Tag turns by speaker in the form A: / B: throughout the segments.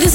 A: this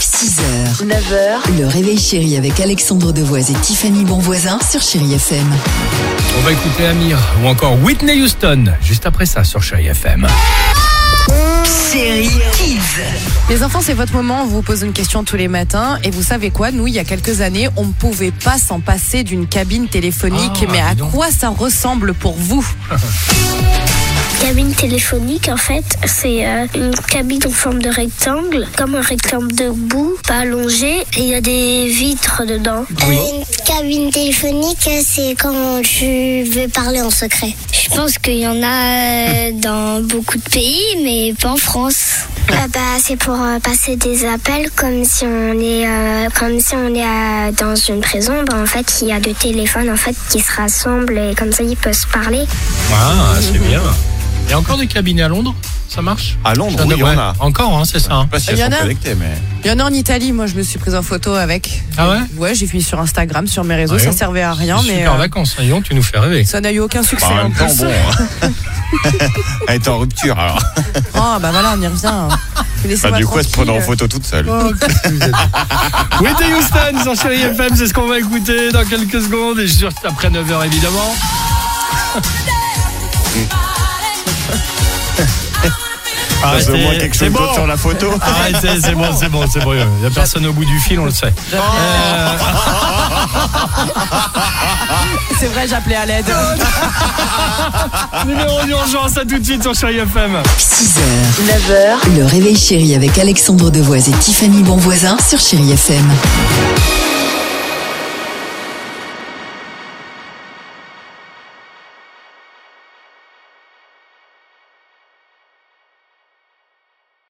B: 6h, 9h, le réveil chéri avec Alexandre Devoise et Tiffany Bonvoisin sur Chérie FM.
C: On va écouter Amir ou encore Whitney Houston juste après ça sur Chérie FM.
D: Ah,
B: Série Kids.
E: Les enfants, c'est votre moment. On vous pose une question tous les matins. Et vous savez quoi Nous, il y a quelques années, on ne pouvait pas s'en passer d'une cabine téléphonique.
C: Ah,
E: mais à
C: dis donc.
E: quoi ça ressemble pour vous
F: Cabine téléphonique, en fait, c'est euh, une cabine en forme de rectangle, comme un rectangle debout, pas allongé, et il y a des vitres dedans. Euh, une cabine téléphonique, c'est quand tu veux parler en secret. Je pense qu'il y en a euh, dans beaucoup de pays, mais pas en France. bah, c'est pour passer des appels comme si on est euh, comme si on est euh, dans une prison. Bah, en fait, il y a deux téléphones en fait qui se rassemblent et comme ça ils peuvent se parler.
C: Ah, c'est bien. Il y a encore des cabinets à Londres Ça marche
D: À Londres, oui, il y
C: Ouais.
D: en a.
C: Encore, hein, c'est ça. hein.
D: Je sais pas si
E: Il Euh, y en
D: elles
E: a
D: sont connectées, mais.
E: Il y en a en Italie. Moi, je me suis prise en photo avec.
C: Ah ouais
E: Ouais, j'ai fini sur Instagram, sur mes réseaux.
C: Ouais.
E: Ça servait à rien, mais
C: Super
E: euh,
C: vacances, hein, dis donc, tu nous fais rêver.
E: ça n'a eu aucun succès.
D: Bah, en
E: hein.
D: même temps, bon. hein. Elle est en rupture alors.
E: Ah, bah voilà, on y revient.
D: Bah,
E: Laissez-moi
D: du coup, elle se
E: tranquille.
D: prend en photo toute seule.
E: Ah.
C: Whitney Houston sur Chérie FM, c'est ce qu'on va écouter dans quelques secondes. Et je suis sûr que c'est après 9h évidemment.
D: Passe au moins
C: Arrêtez,
D: quelque
C: Ah, c'est
D: chose d'autre
C: bon.
D: sur la photo.
C: Arrêtez, c'est bon, c'est bon, c'est bon. Il n'y a personne au bout du fil, on le sait.
E: C'est vrai, j'appelais à l'aide.
C: Numéro d'urgence, à tout de suite sur Chérie FM.
B: 6h, 9h, le réveil chéri avec Alexandre Devoise et Tiffany Bonvoisin sur Chérie FM.